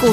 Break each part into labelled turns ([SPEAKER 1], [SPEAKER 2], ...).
[SPEAKER 1] 股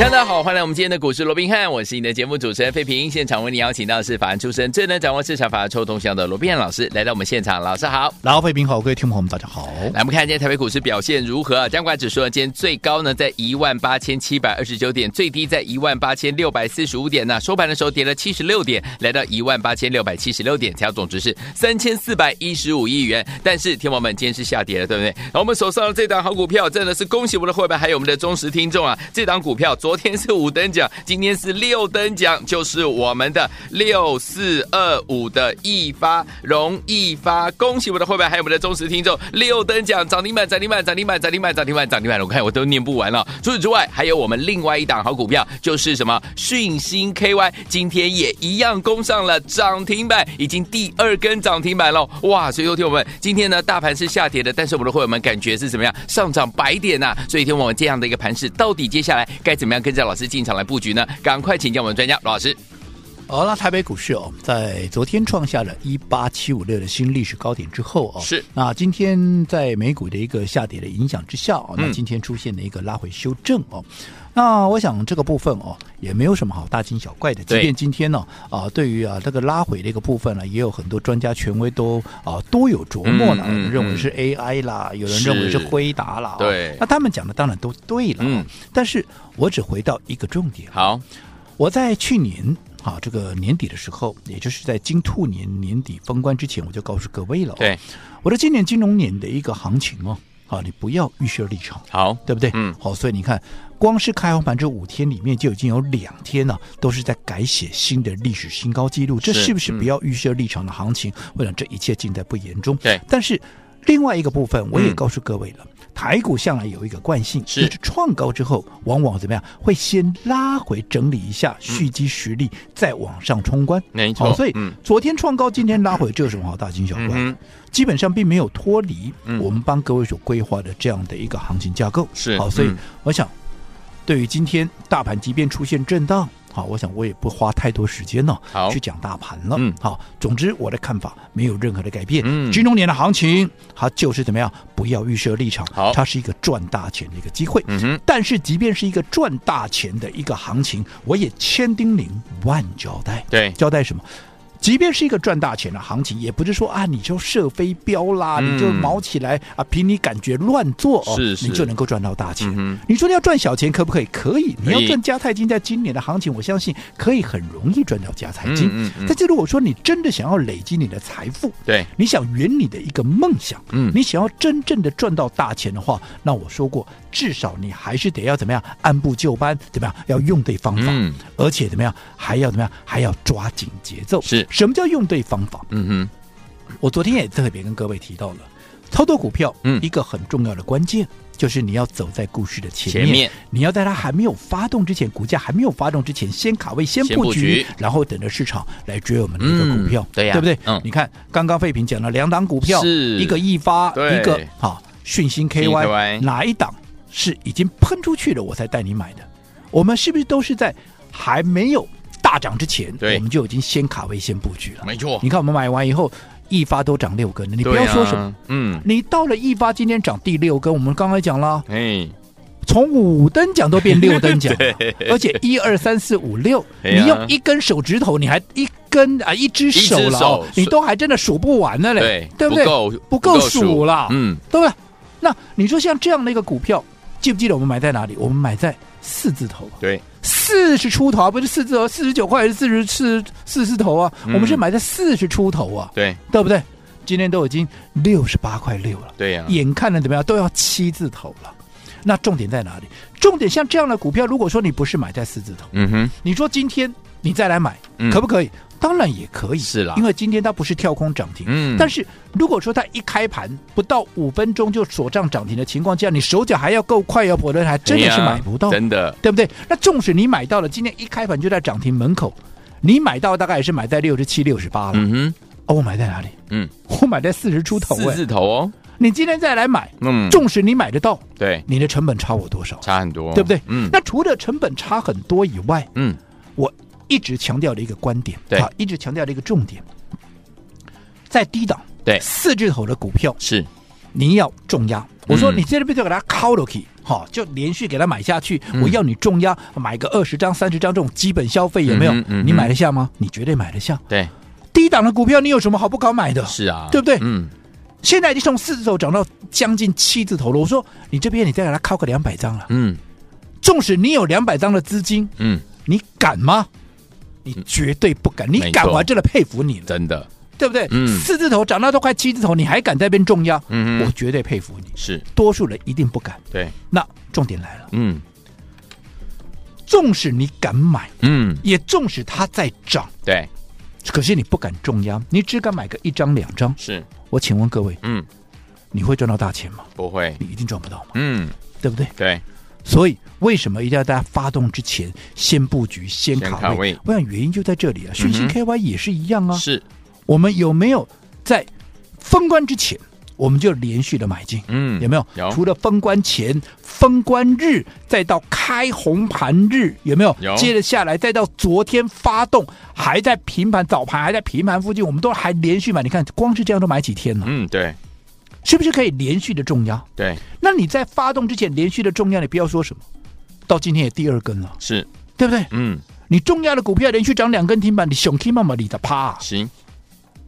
[SPEAKER 2] 大家好，欢迎来我们今天的股市罗宾汉，我是你的节目主持人费平。现场为你邀请到的是法案出身、最能掌握市场法案臭动向的罗宾汉老师来到我们现场，老师好。
[SPEAKER 3] 然后，费平好，各位听众朋友们，大家好。
[SPEAKER 2] 来，我们看今天台北股市表现如何啊？加管指数呢，今天最高呢在一万八千七百二十九点，最低在一万八千六百四十五点呢、收盘的时候跌了七十六点，来到一万八千六百七十六点，成交总值是三千四百一十五亿元。但是，天王们今天是下跌了，对不对？然后我们手上的这档好股票真的是恭喜我们的会员，还有我们的忠实听众啊！这档股票昨天是五等奖，今天是六等奖，就是我们的六四二五的易发容易发，恭喜我们的会员，还有我们的忠实听众，六等奖涨停板，涨停板，涨停板，涨停板，涨停板，涨停板，我看我都念不完了。除此之外，还有我们另外一档好股票，就是什么讯星 KY，今天也一样攻上了涨停板，已经第二根涨停板了。哇，所以说听我们今天呢，大盘是下跌的，但是我们的会员们感觉是怎么样？上涨百点呐、所以听我们这样的一个盘势，到底接下来该怎么样跟着老师进场来布局呢？赶快请教我们专家罗老师。
[SPEAKER 3] 好那台北股市哦，在昨天创下了一八七五六的新历史高点之后哦，
[SPEAKER 2] 是
[SPEAKER 3] 那今天在美股的一个下跌的影响之下哦，
[SPEAKER 2] 嗯
[SPEAKER 3] 那今天出现了一个拉回修正哦。那我想这个部分哦，也没有什么好大惊小怪的。即
[SPEAKER 2] 对
[SPEAKER 3] 便今天呢、啊，对于啊这个拉回的一个部分呢、也有很多专家权威都啊多有琢磨了。
[SPEAKER 2] 嗯嗯
[SPEAKER 3] 有人认为是 AI 啦，有人
[SPEAKER 2] 是
[SPEAKER 3] 认为是辉达啦、哦
[SPEAKER 2] 对
[SPEAKER 3] 那他们讲的当然都对了、
[SPEAKER 2] 嗯
[SPEAKER 3] 嗯，但是我只回到一个重点，哦
[SPEAKER 2] 好，
[SPEAKER 3] 我在去年啊这个年底的时候，也就是在金兔年年底封关之前，我就告诉各位了、哦，
[SPEAKER 2] 对，
[SPEAKER 3] 我的今年金融年的一个行情哦，啊，你不要预设立场，
[SPEAKER 2] 好，
[SPEAKER 3] 对不对？
[SPEAKER 2] 嗯
[SPEAKER 3] 好，所以你看，光是开红盘这五天里面，就已经有两天呢、都是在改写新的历史新高纪录，这
[SPEAKER 2] 是
[SPEAKER 3] 是不是
[SPEAKER 2] 嗯
[SPEAKER 3] 不要预设立场的行情？我想这一切尽在不言中。
[SPEAKER 2] 对
[SPEAKER 3] 但是另外一个部分，我也
[SPEAKER 2] 嗯
[SPEAKER 3] 告诉各位了。台股向来有一个惯性，
[SPEAKER 2] 是
[SPEAKER 3] 就是创高之后，往往怎么样，会先拉回整理一下，蓄积实力，再往上冲关。
[SPEAKER 2] 没错
[SPEAKER 3] 好所以、
[SPEAKER 2] 嗯
[SPEAKER 3] 昨天创高，今天拉回，这有什么好大惊小怪？
[SPEAKER 2] 嗯哼
[SPEAKER 3] 基本上并没有脱离
[SPEAKER 2] 嗯
[SPEAKER 3] 我们帮各位所规划的这样的一个行情架构。
[SPEAKER 2] 是
[SPEAKER 3] 好，所以
[SPEAKER 2] 嗯
[SPEAKER 3] 我想，对于今天大盘即便出现震荡，好，我想我也不花太多时间呢、
[SPEAKER 2] 好
[SPEAKER 3] 去讲大盘了。
[SPEAKER 2] 嗯
[SPEAKER 3] 好，总之我的看法没有任何的改变。
[SPEAKER 2] 嗯
[SPEAKER 3] 金融年的行情，它就是怎么样，不要预设立场，
[SPEAKER 2] 好
[SPEAKER 3] 它是一个赚大钱的一个机会。
[SPEAKER 2] 嗯哼，
[SPEAKER 3] 但是，即便是一个赚大钱的一个行情，我也千叮咛万交代，
[SPEAKER 2] 对
[SPEAKER 3] 交代什么？即便是一个赚大钱的行情，也不是说啊，你就射飞镖啦，
[SPEAKER 2] 嗯
[SPEAKER 3] 你就毛起来啊，凭你感觉乱做哦，
[SPEAKER 2] 是是
[SPEAKER 3] 你就能够赚到大钱。
[SPEAKER 2] 嗯哼
[SPEAKER 3] 你说你要赚小钱可不可以？可以，你
[SPEAKER 2] 可以
[SPEAKER 3] 要赚加泰金，在今年的行情，我相信可以很容易赚到加泰金。
[SPEAKER 2] 嗯嗯嗯
[SPEAKER 3] 但是如果说你真的想要累积你的财富，
[SPEAKER 2] 对，
[SPEAKER 3] 你想圆你的一个梦想，
[SPEAKER 2] 嗯
[SPEAKER 3] 你想要真正的赚到大钱的话，那我说过，至少你还是得要怎么样，按部就班，怎么样，要用对方法，
[SPEAKER 2] 嗯
[SPEAKER 3] 而且怎么样，还要怎么样，还要抓紧节奏。
[SPEAKER 2] 是
[SPEAKER 3] 什么叫用对方法？
[SPEAKER 2] 嗯
[SPEAKER 3] 我昨天也特别跟各位提到了，操作股票，
[SPEAKER 2] 嗯
[SPEAKER 3] 一个很重要的关键就是你要走在故事的前面，
[SPEAKER 2] 前面
[SPEAKER 3] 你要在它还没有发动之前，股价还没有发动之前，先卡位，先
[SPEAKER 2] 先
[SPEAKER 3] 布
[SPEAKER 2] 布局
[SPEAKER 3] 然后等着市场来追我们的一个股票，
[SPEAKER 2] 嗯对呀
[SPEAKER 3] 对不对？
[SPEAKER 2] 嗯
[SPEAKER 3] 你看刚刚废品讲了两档股票，
[SPEAKER 2] 是
[SPEAKER 3] 一个易发，
[SPEAKER 2] 对
[SPEAKER 3] 一个啊讯星
[SPEAKER 2] 讯星 KY
[SPEAKER 3] 哪一档是已经喷出去了，我才带你买的？我们是不是都是在还没有大涨之前，
[SPEAKER 2] 对
[SPEAKER 3] 我们就已经先卡位、先布局了
[SPEAKER 2] 哼，？没错
[SPEAKER 3] 你，看我们买完以后，一发都涨六根了，你不要说什么。
[SPEAKER 2] 么，嗯，
[SPEAKER 3] 你到了一发，今天涨第六根，我们刚才讲了，
[SPEAKER 2] 哎，
[SPEAKER 3] 从五等奖都变六 等奖了，而且一二三四五六，
[SPEAKER 2] 哎呀
[SPEAKER 3] 你用一根手指头，你还一根啊，一只手
[SPEAKER 2] 一只
[SPEAKER 3] 了
[SPEAKER 2] 手，
[SPEAKER 3] 哦你都还真的数不完呢嘞
[SPEAKER 2] 对，，
[SPEAKER 3] 对不对？
[SPEAKER 2] 够
[SPEAKER 3] 不够数了
[SPEAKER 2] 嗯，
[SPEAKER 3] 对不对？那你说像这样的一个股票，记不记得我们买在哪里？我们买在四字头啊，
[SPEAKER 2] 对，
[SPEAKER 3] 四十出头啊，不是四字头，四十九块还是四十四四字头啊？
[SPEAKER 2] 嗯
[SPEAKER 3] 我们是买在四十出头啊，
[SPEAKER 2] 对，
[SPEAKER 3] 对不对？今天都已经六十八块六了，
[SPEAKER 2] 对呀、
[SPEAKER 3] 眼看着怎么样都要七字头了。那重点在哪里？重点像这样的股票，如果说你不是买在四字头，
[SPEAKER 2] 嗯哼，
[SPEAKER 3] 你说今天你再来买，
[SPEAKER 2] 嗯
[SPEAKER 3] 可不可以？当然也可以，
[SPEAKER 2] 是啦
[SPEAKER 3] 因为今天它不是跳空涨停。
[SPEAKER 2] 嗯
[SPEAKER 3] 但是如果说它一开盘不到五分钟就锁涨涨停的情况下，你手脚还要够快哦，否则还真的是买不到，
[SPEAKER 2] 哎呀真的，
[SPEAKER 3] 对不对？那纵使你买到了，今天一开盘就在涨停门口，你买到大概也是买在六十七、六十八了。
[SPEAKER 2] 嗯哼，
[SPEAKER 3] 哦，我买在哪里？
[SPEAKER 2] 嗯，
[SPEAKER 3] 我买在四十出头
[SPEAKER 2] 四
[SPEAKER 3] 哎。
[SPEAKER 2] 字头哦，
[SPEAKER 3] 你今天再来买，
[SPEAKER 2] 嗯
[SPEAKER 3] 纵使你买得到，
[SPEAKER 2] 对，
[SPEAKER 3] 你的成本差我多少，
[SPEAKER 2] 差很多，
[SPEAKER 3] 对不对？
[SPEAKER 2] 嗯
[SPEAKER 3] 那除了成本差很多以外，
[SPEAKER 2] 嗯，
[SPEAKER 3] 我一直强调的一个观点，
[SPEAKER 2] 对
[SPEAKER 3] 啊，一直强调的一个重点，在低档
[SPEAKER 2] 对
[SPEAKER 3] 四字头的股票，
[SPEAKER 2] 是
[SPEAKER 3] 你要重压。我说
[SPEAKER 2] 嗯
[SPEAKER 3] 你这边就给它敲落去，哈、就连续给它买下去。
[SPEAKER 2] 嗯
[SPEAKER 3] 我要你重压，买个二十张、三十张这种基本消费有没有？
[SPEAKER 2] 嗯哼嗯哼
[SPEAKER 3] 你买得下吗？你绝对买得下。
[SPEAKER 2] 对，
[SPEAKER 3] 低档的股票你有什么好不敢买的？
[SPEAKER 2] 是啊，
[SPEAKER 3] 对不对
[SPEAKER 2] 嗯，
[SPEAKER 3] 现在已经从四字头涨到将近七字头了。我说你这边你再给它敲个两百张了，
[SPEAKER 2] 嗯
[SPEAKER 3] 纵使你有两百张的资金，
[SPEAKER 2] 嗯，
[SPEAKER 3] 你敢吗？你绝对不敢，你
[SPEAKER 2] 没
[SPEAKER 3] 敢
[SPEAKER 2] 错
[SPEAKER 3] 我还真的佩服你了，
[SPEAKER 2] 真的，
[SPEAKER 3] 对不对？
[SPEAKER 2] 嗯
[SPEAKER 3] 四字头涨到都快七字头，你还敢在那边重压？
[SPEAKER 2] 嗯哼
[SPEAKER 3] 我绝对佩服你。
[SPEAKER 2] 是
[SPEAKER 3] 多数人一定不敢。
[SPEAKER 2] 对，
[SPEAKER 3] 那重点来了，
[SPEAKER 2] 嗯
[SPEAKER 3] 纵使你敢买，
[SPEAKER 2] 嗯，
[SPEAKER 3] 也纵使它在涨，
[SPEAKER 2] 对，
[SPEAKER 3] 可是你不敢重压，你只敢买个一张两张。
[SPEAKER 2] 是，
[SPEAKER 3] 我请问各位，
[SPEAKER 2] 嗯，
[SPEAKER 3] 你会赚到大钱吗？
[SPEAKER 2] 不会，
[SPEAKER 3] 你一定赚不到嘛，
[SPEAKER 2] 嗯，
[SPEAKER 3] 对不对？
[SPEAKER 2] 对，
[SPEAKER 3] 所以为什么一定要大家发动之前先布局、先
[SPEAKER 2] 先
[SPEAKER 3] 卡位？
[SPEAKER 2] 卡位
[SPEAKER 3] 我想原因就在这里啊。讯息
[SPEAKER 2] 嗯哼
[SPEAKER 3] KY 也是一样啊。
[SPEAKER 2] 是，
[SPEAKER 3] 我们有没有在封关之前，我们就连续的买进？
[SPEAKER 2] 嗯，
[SPEAKER 3] 有没有？
[SPEAKER 2] 有
[SPEAKER 3] 除了封关前、封关日，再到开红盘日，有没有？
[SPEAKER 2] 有
[SPEAKER 3] 接着下来，再到昨天发动，还在平盘早盘，还在平盘附近，我们都还连续买。你看，光是这样都买几天了，
[SPEAKER 2] 嗯，对
[SPEAKER 3] 是不是可以连续的重压？
[SPEAKER 2] 对
[SPEAKER 3] 那你在发动之前连续的重压，你不要说什么，到今天也第二根了，
[SPEAKER 2] 是，
[SPEAKER 3] 对不对？
[SPEAKER 2] 嗯，你
[SPEAKER 3] 你重压的股票连续涨两根停板，你熊 K 妈妈你的趴、
[SPEAKER 2] 行，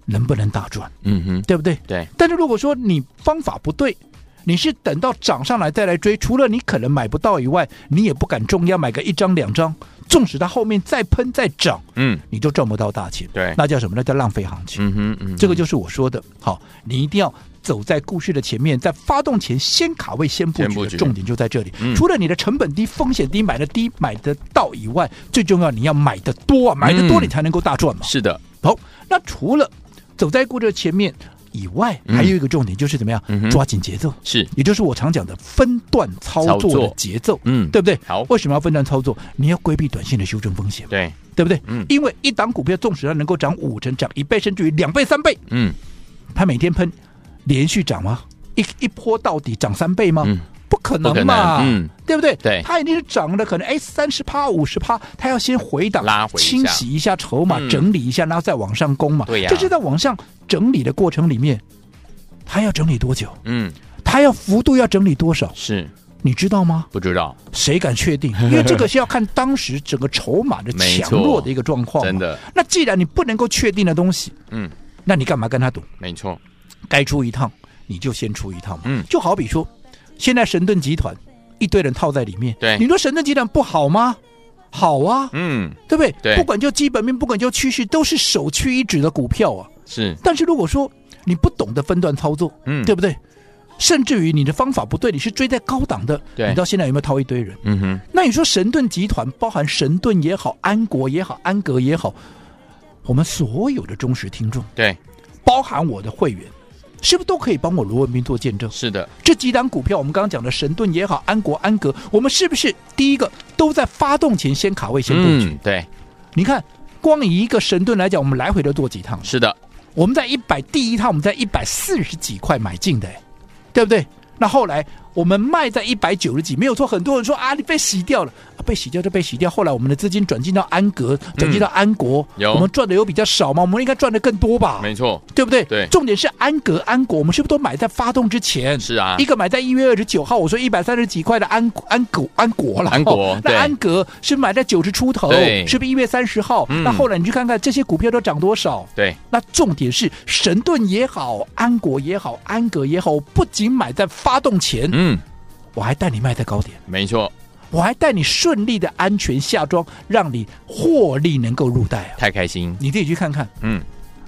[SPEAKER 3] 能不能大赚？
[SPEAKER 2] 嗯哼，
[SPEAKER 3] 对不对？
[SPEAKER 2] 对，
[SPEAKER 3] 但是如果说你方法不对，你是等到涨上来再来追，除了你可能买不到以外，你也不敢重压买个一张两张，纵使它后面再喷再涨，
[SPEAKER 2] 嗯
[SPEAKER 3] 你都赚不到大钱。
[SPEAKER 2] 对
[SPEAKER 3] 那叫什么？那叫浪费行情。
[SPEAKER 2] 嗯哼嗯哼，
[SPEAKER 3] 这个就是我说的，好，你一定要走在故事的前面，在发动前先卡位先布
[SPEAKER 2] 先布
[SPEAKER 3] 局
[SPEAKER 2] 局
[SPEAKER 3] 的重点就在这里。
[SPEAKER 2] 嗯
[SPEAKER 3] 除了你的成本低、风险低、买的低、买得到以外，最重要你要买的多啊，买的多
[SPEAKER 2] 嗯
[SPEAKER 3] 你才能够大赚嘛。
[SPEAKER 2] 是的，
[SPEAKER 3] 好，那除了走在故事前面以外，
[SPEAKER 2] 嗯
[SPEAKER 3] 还有一个重点就是怎么样、
[SPEAKER 2] 嗯哼
[SPEAKER 3] 抓紧节奏，
[SPEAKER 2] 是，
[SPEAKER 3] 也就是我常讲的分段操
[SPEAKER 2] 操
[SPEAKER 3] 作
[SPEAKER 2] 作
[SPEAKER 3] 的节奏，
[SPEAKER 2] 嗯，
[SPEAKER 3] 对不对？
[SPEAKER 2] 好
[SPEAKER 3] 为什么要分段操作？你要规避短线的修正风险，
[SPEAKER 2] 对，
[SPEAKER 3] 对不对？
[SPEAKER 2] 嗯
[SPEAKER 3] 因为一档股票纵使它能够涨五成、涨一倍，甚至于两倍、三倍，
[SPEAKER 2] 嗯
[SPEAKER 3] 它每天喷，连续涨吗？一一波到底涨三倍吗？
[SPEAKER 2] 嗯，
[SPEAKER 3] 不可
[SPEAKER 2] 不可能
[SPEAKER 3] 能嘛，
[SPEAKER 2] 嗯
[SPEAKER 3] 对不对？
[SPEAKER 2] 对
[SPEAKER 3] 它一定是涨了，可能哎三十趴、五十趴，它要先回档，
[SPEAKER 2] 拉回一下
[SPEAKER 3] 清洗一下筹码，
[SPEAKER 2] 嗯
[SPEAKER 3] 整理一下，然后再往上攻嘛。
[SPEAKER 2] 对呀
[SPEAKER 3] 这是在往上整理的过程里面，它要整理多久？
[SPEAKER 2] 嗯
[SPEAKER 3] 它要幅度要整理多少？
[SPEAKER 2] 是，
[SPEAKER 3] 你知道吗？
[SPEAKER 2] 不知道，
[SPEAKER 3] 谁敢 确定？因为这个是要看当时整个筹码的
[SPEAKER 2] 没
[SPEAKER 3] 强
[SPEAKER 2] 错
[SPEAKER 3] 弱的一个状况。
[SPEAKER 2] 真。的，
[SPEAKER 3] 那既然你不能够确定的东西，
[SPEAKER 2] 嗯，
[SPEAKER 3] 那你干嘛跟他赌？
[SPEAKER 2] 没错，
[SPEAKER 3] 该出一趟你就先出一趟嘛。
[SPEAKER 2] 嗯
[SPEAKER 3] 就好比说，现在神盾集团一堆人套在里面，
[SPEAKER 2] 对
[SPEAKER 3] 你说神盾集团不好吗？好啊，
[SPEAKER 2] 嗯，
[SPEAKER 3] 对不对？
[SPEAKER 2] 对
[SPEAKER 3] 不管就基本面，不管就趋势，都是首屈一指的股票啊。
[SPEAKER 2] 是，
[SPEAKER 3] 但是如果说你不懂得分段操作，
[SPEAKER 2] 嗯
[SPEAKER 3] 对不对？甚至于你的方法不对，你是追在高档的，
[SPEAKER 2] 对
[SPEAKER 3] 你到现在有没有套一堆人？
[SPEAKER 2] 嗯哼，
[SPEAKER 3] 那你说神盾集团，包含神盾也好，安国也好，安格也好，我们所有的忠实听众，
[SPEAKER 2] 对，
[SPEAKER 3] 包含我的会员，是不是都可以帮我罗文斌做见证？
[SPEAKER 2] 是的，
[SPEAKER 3] 这几档股票，我们刚刚讲的神盾也好，安国、安格，我们是不是第一个都在发动前先卡位、先布局？
[SPEAKER 2] 嗯，对，
[SPEAKER 3] 你看，光以一个神盾来讲，我们来回都做几趟？
[SPEAKER 2] 是的，
[SPEAKER 3] 我们在一百第一趟，我们在一百四十几块买进的，哎对不对？那后来我们卖在一百九十几，没有错。很多人说啊，你被洗掉了、啊被洗掉就被洗掉。后来我们的资金转进到安格，转进到安国，
[SPEAKER 2] 嗯有
[SPEAKER 3] 我们赚的有比较少吗？我们应该赚的更多吧？
[SPEAKER 2] 没错，
[SPEAKER 3] 对不对？
[SPEAKER 2] 对
[SPEAKER 3] 重点是安格、安国，我们是不是都买在发动之前？
[SPEAKER 2] 是啊
[SPEAKER 3] 哎一，个买在一月二十九号，我说一百三十几块的安安国安国了，哦
[SPEAKER 2] 安国
[SPEAKER 3] 那
[SPEAKER 2] 对
[SPEAKER 3] 安格是买在九十出头
[SPEAKER 2] 对，
[SPEAKER 3] 是不是一月三十号？
[SPEAKER 2] 嗯
[SPEAKER 3] 那后来你去看看这些股票都涨多少。
[SPEAKER 2] 对，
[SPEAKER 3] 那重点是神盾也好，安国也好，安格也好，我不仅买在发动前，
[SPEAKER 2] 嗯，
[SPEAKER 3] 我还带你卖在高点，
[SPEAKER 2] 没错，
[SPEAKER 3] 我还带你顺利的安全下庄，让你获利能够入袋啊！
[SPEAKER 2] 太开心，
[SPEAKER 3] 你自己去看看。
[SPEAKER 2] 嗯，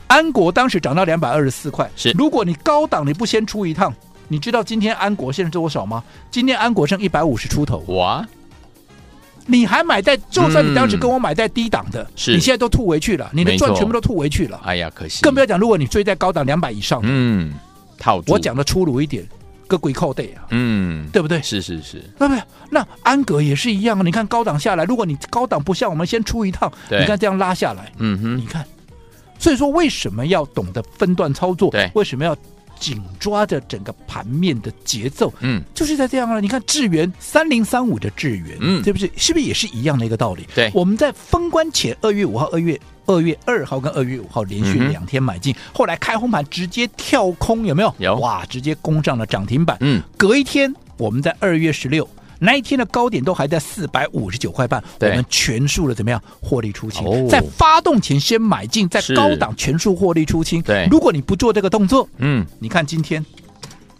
[SPEAKER 3] 安国当时涨到两百二十四块，
[SPEAKER 2] 是
[SPEAKER 3] 如果你高档你不先出一趟，你知道今天安国现在多少吗？今天安国剩一百五十出头，
[SPEAKER 2] 哇，
[SPEAKER 3] 你还买在，就算你当时
[SPEAKER 2] 嗯
[SPEAKER 3] 跟我买在低档的，
[SPEAKER 2] 是
[SPEAKER 3] 你现在都吐回去了，你的
[SPEAKER 2] 没错
[SPEAKER 3] 赚全部都吐回去了，
[SPEAKER 2] 哎呀，可惜，
[SPEAKER 3] 更不要讲如果你追在高档两百以上，
[SPEAKER 2] 嗯，套住，
[SPEAKER 3] 我，讲的粗鲁一点，个鬼扣对啊，
[SPEAKER 2] 嗯，
[SPEAKER 3] 对不对？
[SPEAKER 2] 是是是，
[SPEAKER 3] 对不对？那安格也是一样啊，你看高档下来，如果你高档不像我们先出一趟，
[SPEAKER 2] 对
[SPEAKER 3] 你看这样拉下来，
[SPEAKER 2] 嗯
[SPEAKER 3] 你
[SPEAKER 2] 哼，
[SPEAKER 3] 看，所以说为什么要懂得分段操作？
[SPEAKER 2] 对
[SPEAKER 3] 为什么要紧抓着整个盘面的节奏，
[SPEAKER 2] 嗯，
[SPEAKER 3] 就是在这样啊。你看智源三零三五的智源，
[SPEAKER 2] 嗯
[SPEAKER 3] 对不对？是不是也是一样的一个道理？
[SPEAKER 2] 对
[SPEAKER 3] 我们在封关前二月五号、二月。二月二号跟二月五号连续
[SPEAKER 2] 嗯哼
[SPEAKER 3] 两天买进，后来开红盘直接跳空，有没有？
[SPEAKER 2] 有
[SPEAKER 3] 哇，直接攻上了涨停板。
[SPEAKER 2] 嗯，
[SPEAKER 3] 隔一天我们在二月十六那一天的高点都还在四百五十九块半，我
[SPEAKER 2] 对
[SPEAKER 3] 们全数的怎么样获利出清？
[SPEAKER 2] 哦
[SPEAKER 3] 在发动前先买进，在
[SPEAKER 2] 是
[SPEAKER 3] 高档全数获利出清。
[SPEAKER 2] 对
[SPEAKER 3] 如果你不做这个动作，
[SPEAKER 2] 嗯，
[SPEAKER 3] 你看今天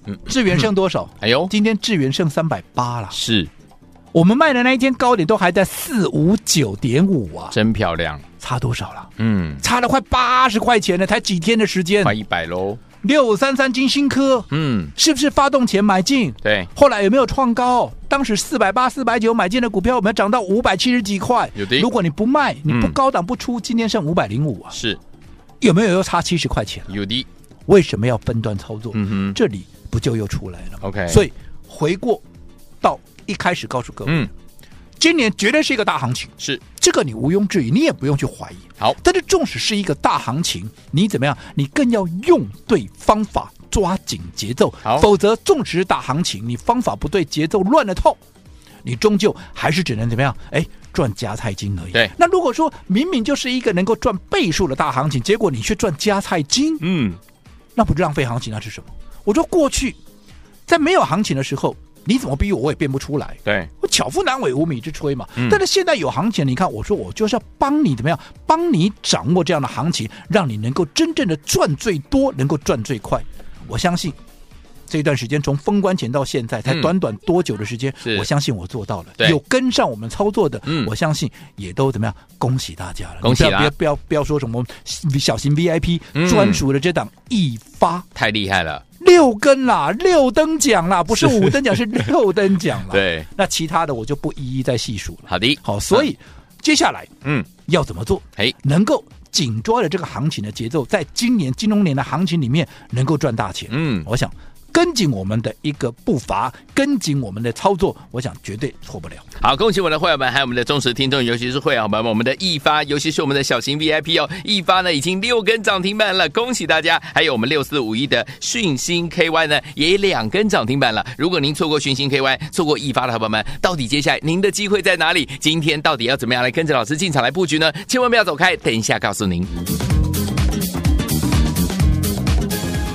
[SPEAKER 2] 嗯，
[SPEAKER 3] 智源剩 多少？
[SPEAKER 2] 哎呦，
[SPEAKER 3] 今天智源剩三百八了，
[SPEAKER 2] 是
[SPEAKER 3] 我们卖的那一天高点都还在四五九点五啊，
[SPEAKER 2] 真漂亮，
[SPEAKER 3] 差多少了？
[SPEAKER 2] 嗯，
[SPEAKER 3] 差了快八十块钱了，才几天的时间
[SPEAKER 2] 快。一百喽，
[SPEAKER 3] 六三三金星科
[SPEAKER 2] 嗯，
[SPEAKER 3] 是不是发动前买进？
[SPEAKER 2] 对，
[SPEAKER 3] 后来有没有创高？当时四百八、四百九买进的股票，我们涨到五百七十几块。
[SPEAKER 2] 有的
[SPEAKER 3] 如果你不卖，你不
[SPEAKER 2] 嗯
[SPEAKER 3] 高档不出，今天剩五百零五啊，
[SPEAKER 2] 是
[SPEAKER 3] 有没有又差七十块钱？
[SPEAKER 2] 有的，
[SPEAKER 3] 为什么要分段操作？
[SPEAKER 2] 嗯哼
[SPEAKER 3] 这里不就又出来了吗
[SPEAKER 2] OK
[SPEAKER 3] 所以回过到一开始告诉各位，
[SPEAKER 2] 嗯，
[SPEAKER 3] 今年绝对是一个大行情，
[SPEAKER 2] 是
[SPEAKER 3] 这个你毋庸置疑，你也不用去怀疑。
[SPEAKER 2] 好，
[SPEAKER 3] 但是纵使是一个大行情，你怎么样？你更要用对方法，抓紧节奏
[SPEAKER 2] 好。
[SPEAKER 3] 否则，纵使是大行情，你方法不对，节奏乱了套，你终究还是只能怎么样？哎，赚加菜金而已。
[SPEAKER 2] 对
[SPEAKER 3] 那如果说明明就是一个能够赚倍数的大行情，结果你却赚加菜金，
[SPEAKER 2] 嗯，
[SPEAKER 3] 那不是浪费行情，那是什么？我说过去在没有行情的时候，你怎么逼我，我也变不出来。
[SPEAKER 2] 对，
[SPEAKER 3] 我巧妇难为无米之炊嘛。
[SPEAKER 2] 嗯
[SPEAKER 3] 但是现在有行情，你看，我说我就是要帮你怎么样，帮你掌握这样的行情，让你能够真正的赚最多，能够赚最快。我相信这段时间从封关前到现在，才
[SPEAKER 2] 嗯
[SPEAKER 3] 短短多久的时间，
[SPEAKER 2] 是
[SPEAKER 3] 我相信我做到了。
[SPEAKER 2] 对
[SPEAKER 3] 有跟上我们操作的，
[SPEAKER 2] 嗯
[SPEAKER 3] 我相信也都怎么样，恭喜大家了。
[SPEAKER 2] 恭喜
[SPEAKER 3] 你
[SPEAKER 2] 啦
[SPEAKER 3] 不要不要不要不要说什么小型 VIP
[SPEAKER 2] 嗯
[SPEAKER 3] 专属的这档一发。
[SPEAKER 2] 太厉害了，
[SPEAKER 3] 六根啦，六等奖啦，不是五等奖，是六等奖啦。
[SPEAKER 2] 对，
[SPEAKER 3] 那其他的我就不一一再细数了。
[SPEAKER 2] 好的，
[SPEAKER 3] 好，所以接下来
[SPEAKER 2] 嗯，
[SPEAKER 3] 要怎么做，
[SPEAKER 2] 哎，
[SPEAKER 3] 能够紧抓着这个行情的节奏，在今年金融年的行情里面能够赚大钱？
[SPEAKER 2] 嗯，
[SPEAKER 3] 我想跟紧我们的一个步伐，跟紧我们的操作，我想绝对错不了。
[SPEAKER 2] 好，恭喜我们的会员们，还有我们的忠实听众，尤其是会员们，我们的易发，尤其是我们的小型 VIP 哦，易发呢已经六根涨停板了，恭喜大家！还有我们六四五一的讯星 KY 呢，也两根涨停板了。如果您错过讯星 KY，错过易发的好朋友们，到底接下来您的机会在哪里？今天到底要怎么样来跟着老师进场来布局呢？千万不要走开，等一下告诉您。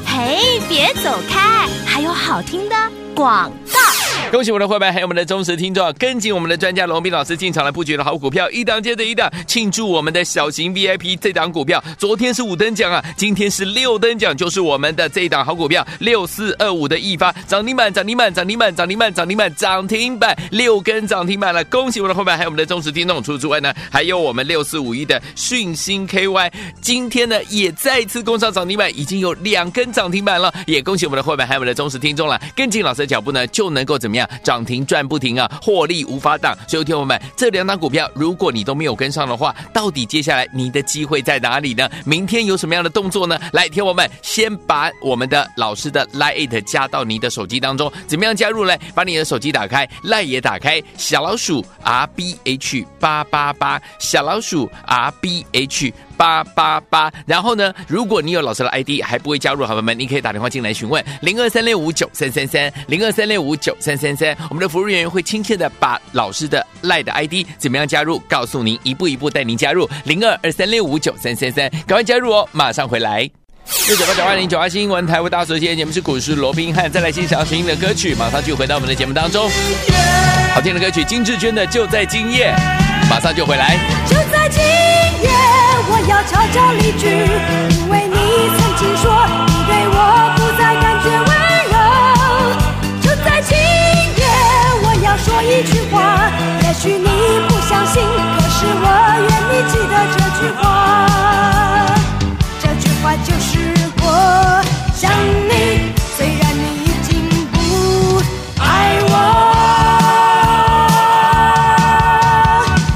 [SPEAKER 1] 嘿，别走开，还有好听的广告。
[SPEAKER 2] 恭喜我们的伙伴，还有我们的忠实听众啊，跟紧我们的专家龙斌老师进场来布局的好股票，一档接着一档，庆祝我们的小型 VIP 这档股票，昨天是五等奖啊，今天是六等奖，就是我们的这一档好股票六四二五的易发涨停板，涨停板，涨停板，涨停板，涨停板，涨停板，六根涨停板了，恭喜我们的伙伴，还有我们的忠实听众。除此之外呢，还有我们六四五一的讯星 KY，今天呢也再一次攻上涨停板，已经有两根涨停板了，也恭喜我们的伙伴，还有我们的忠实听众了，跟进老师的脚步呢，就能够怎么样涨停赚不停啊，获利无法挡。所以，听友们，这两档股票，如果你都没有跟上的话，到底接下来你的机会在哪里呢？明天有什么样的动作呢？来，听友们，先把我们的老师的 Line It 加到你的手机当中，怎么样加入呢？把你的手机打开，Line 也打开，小老鼠 R B H 八八八，小老鼠 R B H。八八八。然后呢，如果你有老师的 ID 还不会加入，好朋友们，你可以打电话进来询问零二三六五九三三三零二三六五九三三三，我们的服务人员会亲切的把老师的赖的 ID 怎么样加入，告诉您，一步一步带您加入零二二三六五九三三三，赶快加入哦，马上回来。六九八九二零九八新闻台为大家所见，今天节目是股市罗宾汉，再来欣赏好听的歌曲，马上就回到我们的节目当中。好听的歌曲，金志娟的《就在今夜》，马上就回来。
[SPEAKER 4] 就在今夜，我要悄悄离去，因为你曾经说你对我不再感觉温柔。就在今夜，我要说一句话，也许你不相信，可是我愿你记得这句话。这句话就是我想你，虽然你已经不爱我。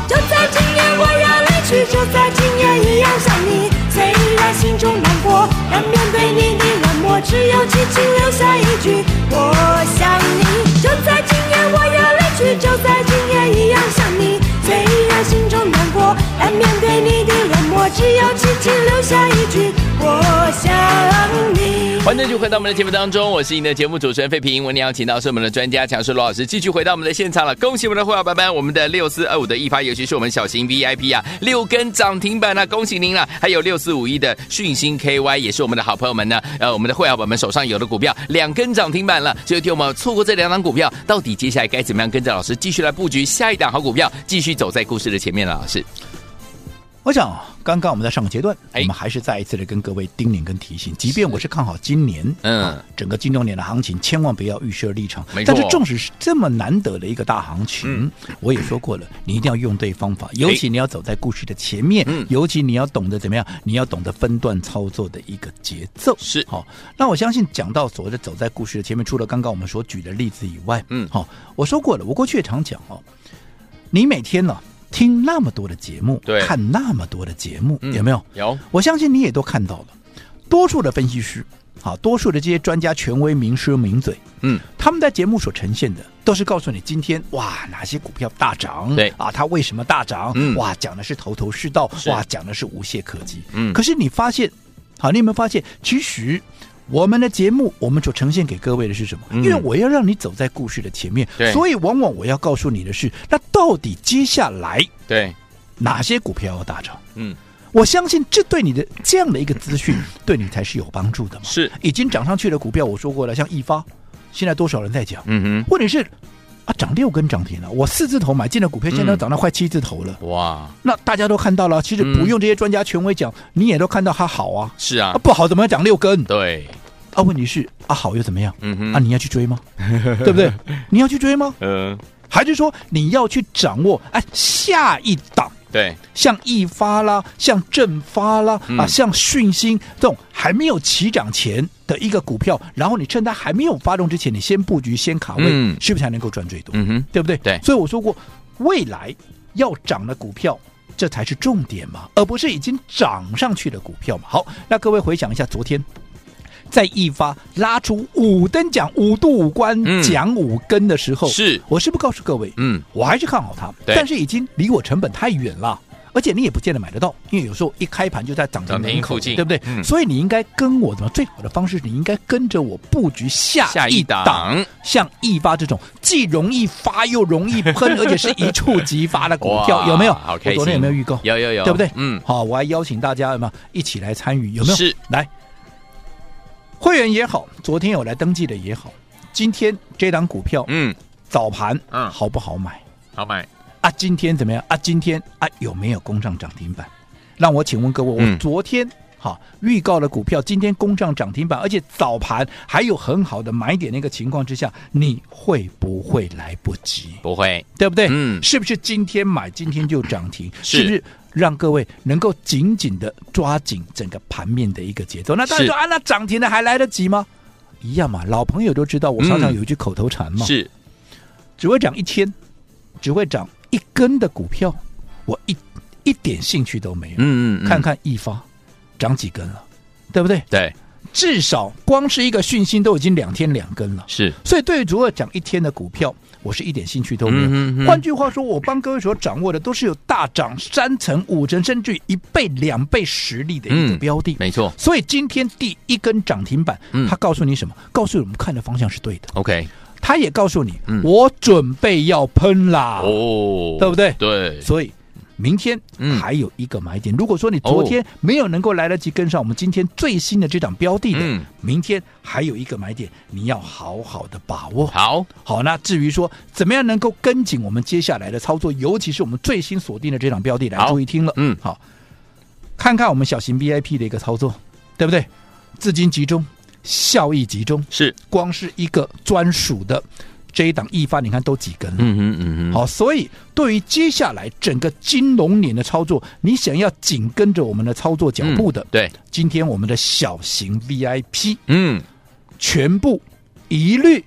[SPEAKER 4] 就在今夜我要离去，就在今夜一样想你。虽然心中难过，但面对你的冷漠，只有轻轻留下一句我想你。就在今夜我要离去，就在今夜一样想你。虽然心中难过，但面对你的冷漠，只有轻轻留下一句我想你。
[SPEAKER 2] 欢迎继续回到我们的节目当中，我是您的节目主持人费平。我们邀请到是我们的专家强叔罗老师，继续回到我们的现场了。恭喜我们的会员班班，我们的六四二五的一发，尤其是我们小型 VIP 啊，六根涨停板啊，恭喜您了、还有六四五一的讯星 KY，也是我们的好朋友们呢，呃，我们的会员宝宝们手上有的股票两根涨停板了，所以听我们错过这两档股票，到底接下来该怎么样跟着老师继续来布局下一档好股票，继续走在故事的前面了？老师，
[SPEAKER 3] 我想刚刚我们在上个阶段，
[SPEAKER 2] 哎
[SPEAKER 3] 我们还是再一次的跟各位叮咛跟提醒，即便我是看好今年，
[SPEAKER 2] 嗯
[SPEAKER 3] 啊整个金钟年的行情，千万不要预设立场
[SPEAKER 2] 没。错嗯
[SPEAKER 3] 但是纵使是这么难得的一个大行情，我也说过了，你一定要用对方法，尤其你要走在故事的前面
[SPEAKER 2] 哎嗯，
[SPEAKER 3] 尤其你要懂得怎么样，你要懂得分段操作的一个节奏。
[SPEAKER 2] 是
[SPEAKER 3] 好，那我相信讲到所谓的走在故事的前面，除了刚刚我们所举的例子以外，
[SPEAKER 2] 嗯
[SPEAKER 3] 好，我说过了，我过去也常讲哦，你每天呢、听那么多的节目，
[SPEAKER 2] 对
[SPEAKER 3] 看那么多的节目，
[SPEAKER 2] 嗯
[SPEAKER 3] 有没有？
[SPEAKER 2] 有，
[SPEAKER 3] 我相信你也都看到了，多数的分析师，好，多数的这些专家、权威、名师、名嘴，
[SPEAKER 2] 嗯，
[SPEAKER 3] 他们在节目所呈现的，都是告诉你今天哇哪些股票大涨，
[SPEAKER 2] 对
[SPEAKER 3] 啊，它为什么大涨？
[SPEAKER 2] 嗯
[SPEAKER 3] 哇，讲的是头头是道，
[SPEAKER 2] 是
[SPEAKER 3] 哇，讲的是无懈可击。
[SPEAKER 2] 嗯
[SPEAKER 3] 可是你发现，好，你有没有发现，其实我们的节目我们所呈现给各位的是什么？
[SPEAKER 2] 嗯
[SPEAKER 3] 因为我要让你走在故事的前面
[SPEAKER 2] 对，
[SPEAKER 3] 所以往往我要告诉你的是，那到底接下来
[SPEAKER 2] 对，
[SPEAKER 3] 哪些股票要大涨？
[SPEAKER 2] 嗯，
[SPEAKER 3] 我相信这对你的这样的一个 资讯，对你才是有帮助的嘛。
[SPEAKER 2] 是，
[SPEAKER 3] 已经涨上去的股票，我说过了，像易发，现在多少人在讲？
[SPEAKER 2] 嗯
[SPEAKER 3] 问题是啊，涨六根涨停了，我四字头买进的股票，现在都
[SPEAKER 2] 嗯
[SPEAKER 3] 涨到快七字头了。
[SPEAKER 2] 哼，哇，
[SPEAKER 3] 那大家都看到了，其实不用这些专家权威讲，你也都看到它好啊，
[SPEAKER 2] 是啊
[SPEAKER 3] 啊，不好怎么要涨六根？
[SPEAKER 2] 对，
[SPEAKER 3] 啊，问题是啊好又怎么样？
[SPEAKER 2] 嗯哼
[SPEAKER 3] 啊，你要 去追吗？对不对？你要去追吗？
[SPEAKER 2] 嗯，
[SPEAKER 3] 还是说你要去掌握哎下一档？
[SPEAKER 2] 对，
[SPEAKER 3] 像易发啦，像正发啦，
[SPEAKER 2] 嗯
[SPEAKER 3] 啊，像讯星这种还没有起涨前的一个股票，然后你趁它还没有发动之前，你先布局，先卡位，
[SPEAKER 2] 嗯
[SPEAKER 3] 是不是才能够赚最多？
[SPEAKER 2] 嗯哼，
[SPEAKER 3] 对不对？
[SPEAKER 2] 对
[SPEAKER 3] 所以我说过，未来要涨的股票。这才是重点嘛，而不是已经涨上去的股票嘛。好，那各位回想一下，昨天在易发拉出五等奖、五度五关
[SPEAKER 2] 嗯
[SPEAKER 3] 奖五根的时候，
[SPEAKER 2] 是
[SPEAKER 3] 我是不是告诉各位，
[SPEAKER 2] 嗯，
[SPEAKER 3] 我还是看好它，
[SPEAKER 2] 对
[SPEAKER 3] 但是已经离我成本太远了。而且你也不见得买得到，因为有时候一开盘就在涨停
[SPEAKER 2] 涨停
[SPEAKER 3] 门口
[SPEAKER 2] 附近
[SPEAKER 3] 对不对？
[SPEAKER 2] 嗯
[SPEAKER 3] 所以你应该跟我怎么最好的方式，你应该跟着我布局下
[SPEAKER 2] 下一
[SPEAKER 3] 一
[SPEAKER 2] 档
[SPEAKER 3] 档，像易发这种既容易发又容易 喷，而且是一触即发的股票，
[SPEAKER 2] 哇
[SPEAKER 3] 有没有？
[SPEAKER 2] 好开心
[SPEAKER 3] 我昨天有没有预告？
[SPEAKER 2] 有有有，
[SPEAKER 3] 对不对？
[SPEAKER 2] 嗯，
[SPEAKER 3] 好，我还邀请大家有没有一起来参与？有没有？
[SPEAKER 2] 是
[SPEAKER 3] 来，会员也好，昨天有来登记的也好，今天这档股票
[SPEAKER 2] 嗯，
[SPEAKER 3] 早盘
[SPEAKER 2] 嗯
[SPEAKER 3] 好不好买？
[SPEAKER 2] 好买，
[SPEAKER 3] 啊，今天怎么样啊？今天啊有没有攻上涨停板？让我请问各位，
[SPEAKER 2] 嗯
[SPEAKER 3] 我昨天哈、预告的股票，今天攻上涨停板，而且早盘还有很好的买点那个情况之下，你会不会来不及？
[SPEAKER 2] 不会，
[SPEAKER 3] 对不对？
[SPEAKER 2] 嗯
[SPEAKER 3] 是不是今天买今天就涨停？
[SPEAKER 2] 是
[SPEAKER 3] 不是让各位能够紧紧的抓紧整个盘面的一个节奏？那当然
[SPEAKER 2] 是
[SPEAKER 3] 说啊，那涨停的还来得及吗？一样嘛，老朋友都知道，我常常
[SPEAKER 2] 嗯
[SPEAKER 3] 有一句口头禅嘛，
[SPEAKER 2] 是，
[SPEAKER 3] 只会涨一天，只会涨一根的股票，我一一点兴趣都没有。
[SPEAKER 2] 嗯嗯，嗯
[SPEAKER 3] 看，看易发涨几根了，对不对？
[SPEAKER 2] 对，
[SPEAKER 3] 至少光是一个讯息都已经两天两根了。
[SPEAKER 2] 是，
[SPEAKER 3] 所以对于如何涨一天的股票，我是一点兴趣都没有。
[SPEAKER 2] 嗯哼嗯
[SPEAKER 3] 换句话说，我帮各位所掌握的都是有大涨三成、五成，甚至一倍、两倍实力的一个
[SPEAKER 2] 嗯
[SPEAKER 3] 标的。
[SPEAKER 2] 没错
[SPEAKER 3] 所以今天第一根涨停板，
[SPEAKER 2] 嗯
[SPEAKER 3] 它告诉你什么？告诉我们看的方向是对的。
[SPEAKER 2] ，OK，
[SPEAKER 3] 他也告诉你，
[SPEAKER 2] 嗯
[SPEAKER 3] 我准备要喷啦。
[SPEAKER 2] 哦，
[SPEAKER 3] 对不对
[SPEAKER 2] 对，
[SPEAKER 3] 所以明天
[SPEAKER 2] 嗯哦
[SPEAKER 3] 还有一个买点。如果说你昨天没有能够来得及跟上我们今天最新的这档标的的，
[SPEAKER 2] 嗯
[SPEAKER 3] 明天还有一个买点，你要好好的把握。
[SPEAKER 2] 好，
[SPEAKER 3] 好，那至于说怎么样能够跟紧我们接下来的操作，尤其是我们最新锁定的这档标的，来
[SPEAKER 2] 好
[SPEAKER 3] 注意听了。
[SPEAKER 2] 嗯
[SPEAKER 3] 好，看看我们小型 VIP 的一个操作，对不对？资金集中，效益集中，
[SPEAKER 2] 是，
[SPEAKER 3] 光是一个专属的这一档易发，你看都几根了。
[SPEAKER 2] 嗯哼嗯哼，
[SPEAKER 3] 好，所以对于接下来整个金融年的操作，你想要紧跟着我们的操作脚
[SPEAKER 2] 嗯，
[SPEAKER 3] 步的，
[SPEAKER 2] 对，
[SPEAKER 3] 今天我们的小型 VIP
[SPEAKER 2] 嗯，
[SPEAKER 3] 全部一律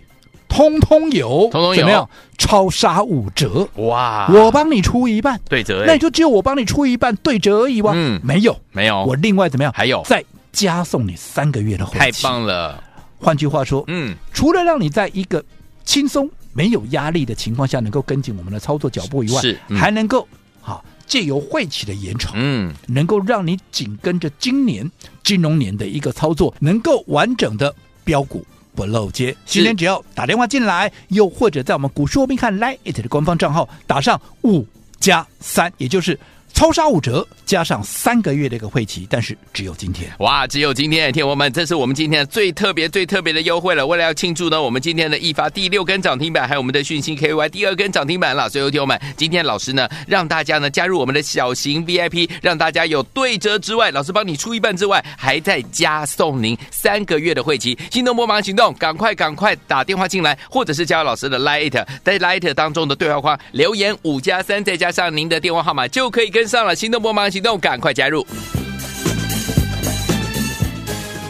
[SPEAKER 3] 通通有，
[SPEAKER 2] 通通有
[SPEAKER 3] 怎么样？超杀五折，
[SPEAKER 2] 哇，
[SPEAKER 3] 我帮你出一半，
[SPEAKER 2] 对折，
[SPEAKER 3] 那你就只有我帮你出一半对折而已哇？
[SPEAKER 2] 嗯
[SPEAKER 3] 没有，
[SPEAKER 2] 没有，
[SPEAKER 3] 我另外怎么样？
[SPEAKER 2] 还有
[SPEAKER 3] 再加送你三个月的会
[SPEAKER 2] 太
[SPEAKER 3] 期。
[SPEAKER 2] 棒了，
[SPEAKER 3] 换句话说，
[SPEAKER 2] 嗯，
[SPEAKER 3] 除了让你在一个轻松、没有压力的情况下能够跟紧我们的操作脚步以外，
[SPEAKER 2] 是嗯
[SPEAKER 3] 还能够好借由汇企的延长，
[SPEAKER 2] 嗯，
[SPEAKER 3] 能够让你紧跟着今年金融年的一个操作，能够完整的标股。不漏接，今天只要打电话进来，又或者在我们股市罗宾看 Line It 的官方账号打上五加三，也就是超杀五折加上三个月的一个会期，但是只有今天。
[SPEAKER 2] 哇，只有今天，天王们，这是我们今天最特别、最特别的优惠了。为了要庆祝呢，我们今天的一发第六根涨停板，还有我们的讯息 KY 第二根涨停板了。所以，天王们，今天老师呢，让大家呢加入我们的小型 VIP，让大家有对折之外，老师帮你出一半之外，还再加送您三个月的会期。心动不忙行动，赶快赶快打电话进来，或者是加入老师的 Light，在 Light 当中的对话框留言五加三，再加上您的电话号码就可以跟上了。心动不忙行动，赶快加入。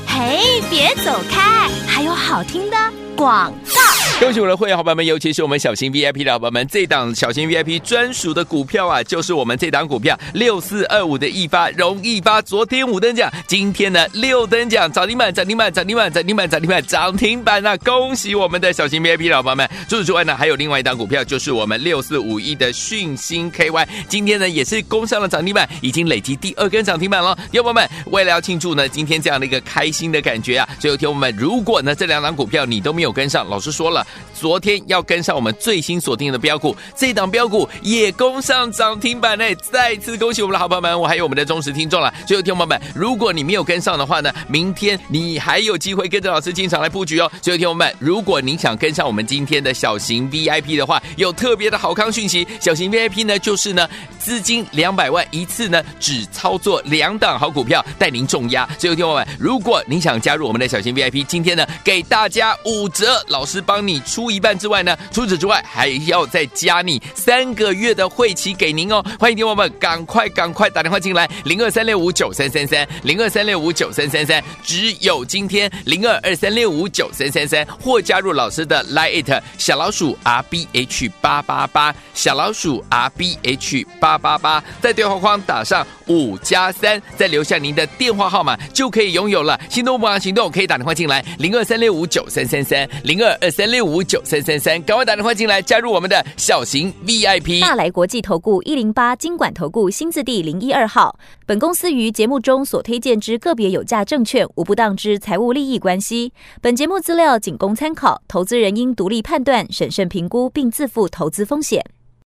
[SPEAKER 1] 嘿，别走开，还有好听的广告。
[SPEAKER 2] 恭喜我们的会员伙伴们，尤其是我们小型 VIP 的伙伴们，这档小型 VIP 专属的股票啊，就是我们这档股票六四二五的易发容易发，昨天五等奖，今天呢六等奖，涨停板，涨停板，涨停板，涨停板，涨停板，涨停板啊！恭喜我们的小型 VIP 的伙伴们。除此之外呢，还有另外一档股票，就是我们六四五一的讯星 KY，今天呢也是攻上了涨停板，已经累积第二根涨停板了。伙伴们，为了要庆祝呢今天这样的一个开心的感觉啊，所以听我们，如果呢这两档股票你都没有跟上，老师说了。昨天要跟上我们最新锁定的标股，这档标股也攻上涨停板嘞！再次恭喜我们的好朋友们，我还有我们的忠实听众了。所以，听众朋友们，如果你没有跟上的话呢，明天你还有机会跟着老师进场来布局哦。所以，听众朋友们，如果您想跟上我们今天的小型 VIP 的话，有特别的好康讯息，小型 VIP 呢就是呢资金两百万一次呢只操作两档好股票，带您重压。所以，听众朋友们，如果您想加入我们的小型 VIP，今天呢给大家五折，老师帮你。出一半之外呢，除此之外还要再加你三个月的会期给您哦。欢迎听众朋友们赶快赶快打电话进来，零二三六五九三三三，零二三六五九三三三，只有今天零二二三六五九三三三，或加入老师的 Line It 小老鼠 R B H 八八八，小老鼠 R B H 八八八，在对话框打上五加三，再留下您的电话号码就可以拥有了。心动不忙行动，可以打电话进来，零二三六五九三三三，零二二三六五。九三三三，赶快打电话进来加入我们的小型 VIP。
[SPEAKER 5] 大来国际投顾一零八金管投顾新字第零一二号。本公司于节目中所推荐之个别有价证券，无不当之财务利益关系。本节目资料仅供参考，投资人应独立判断、审慎评估，并自负投资风险。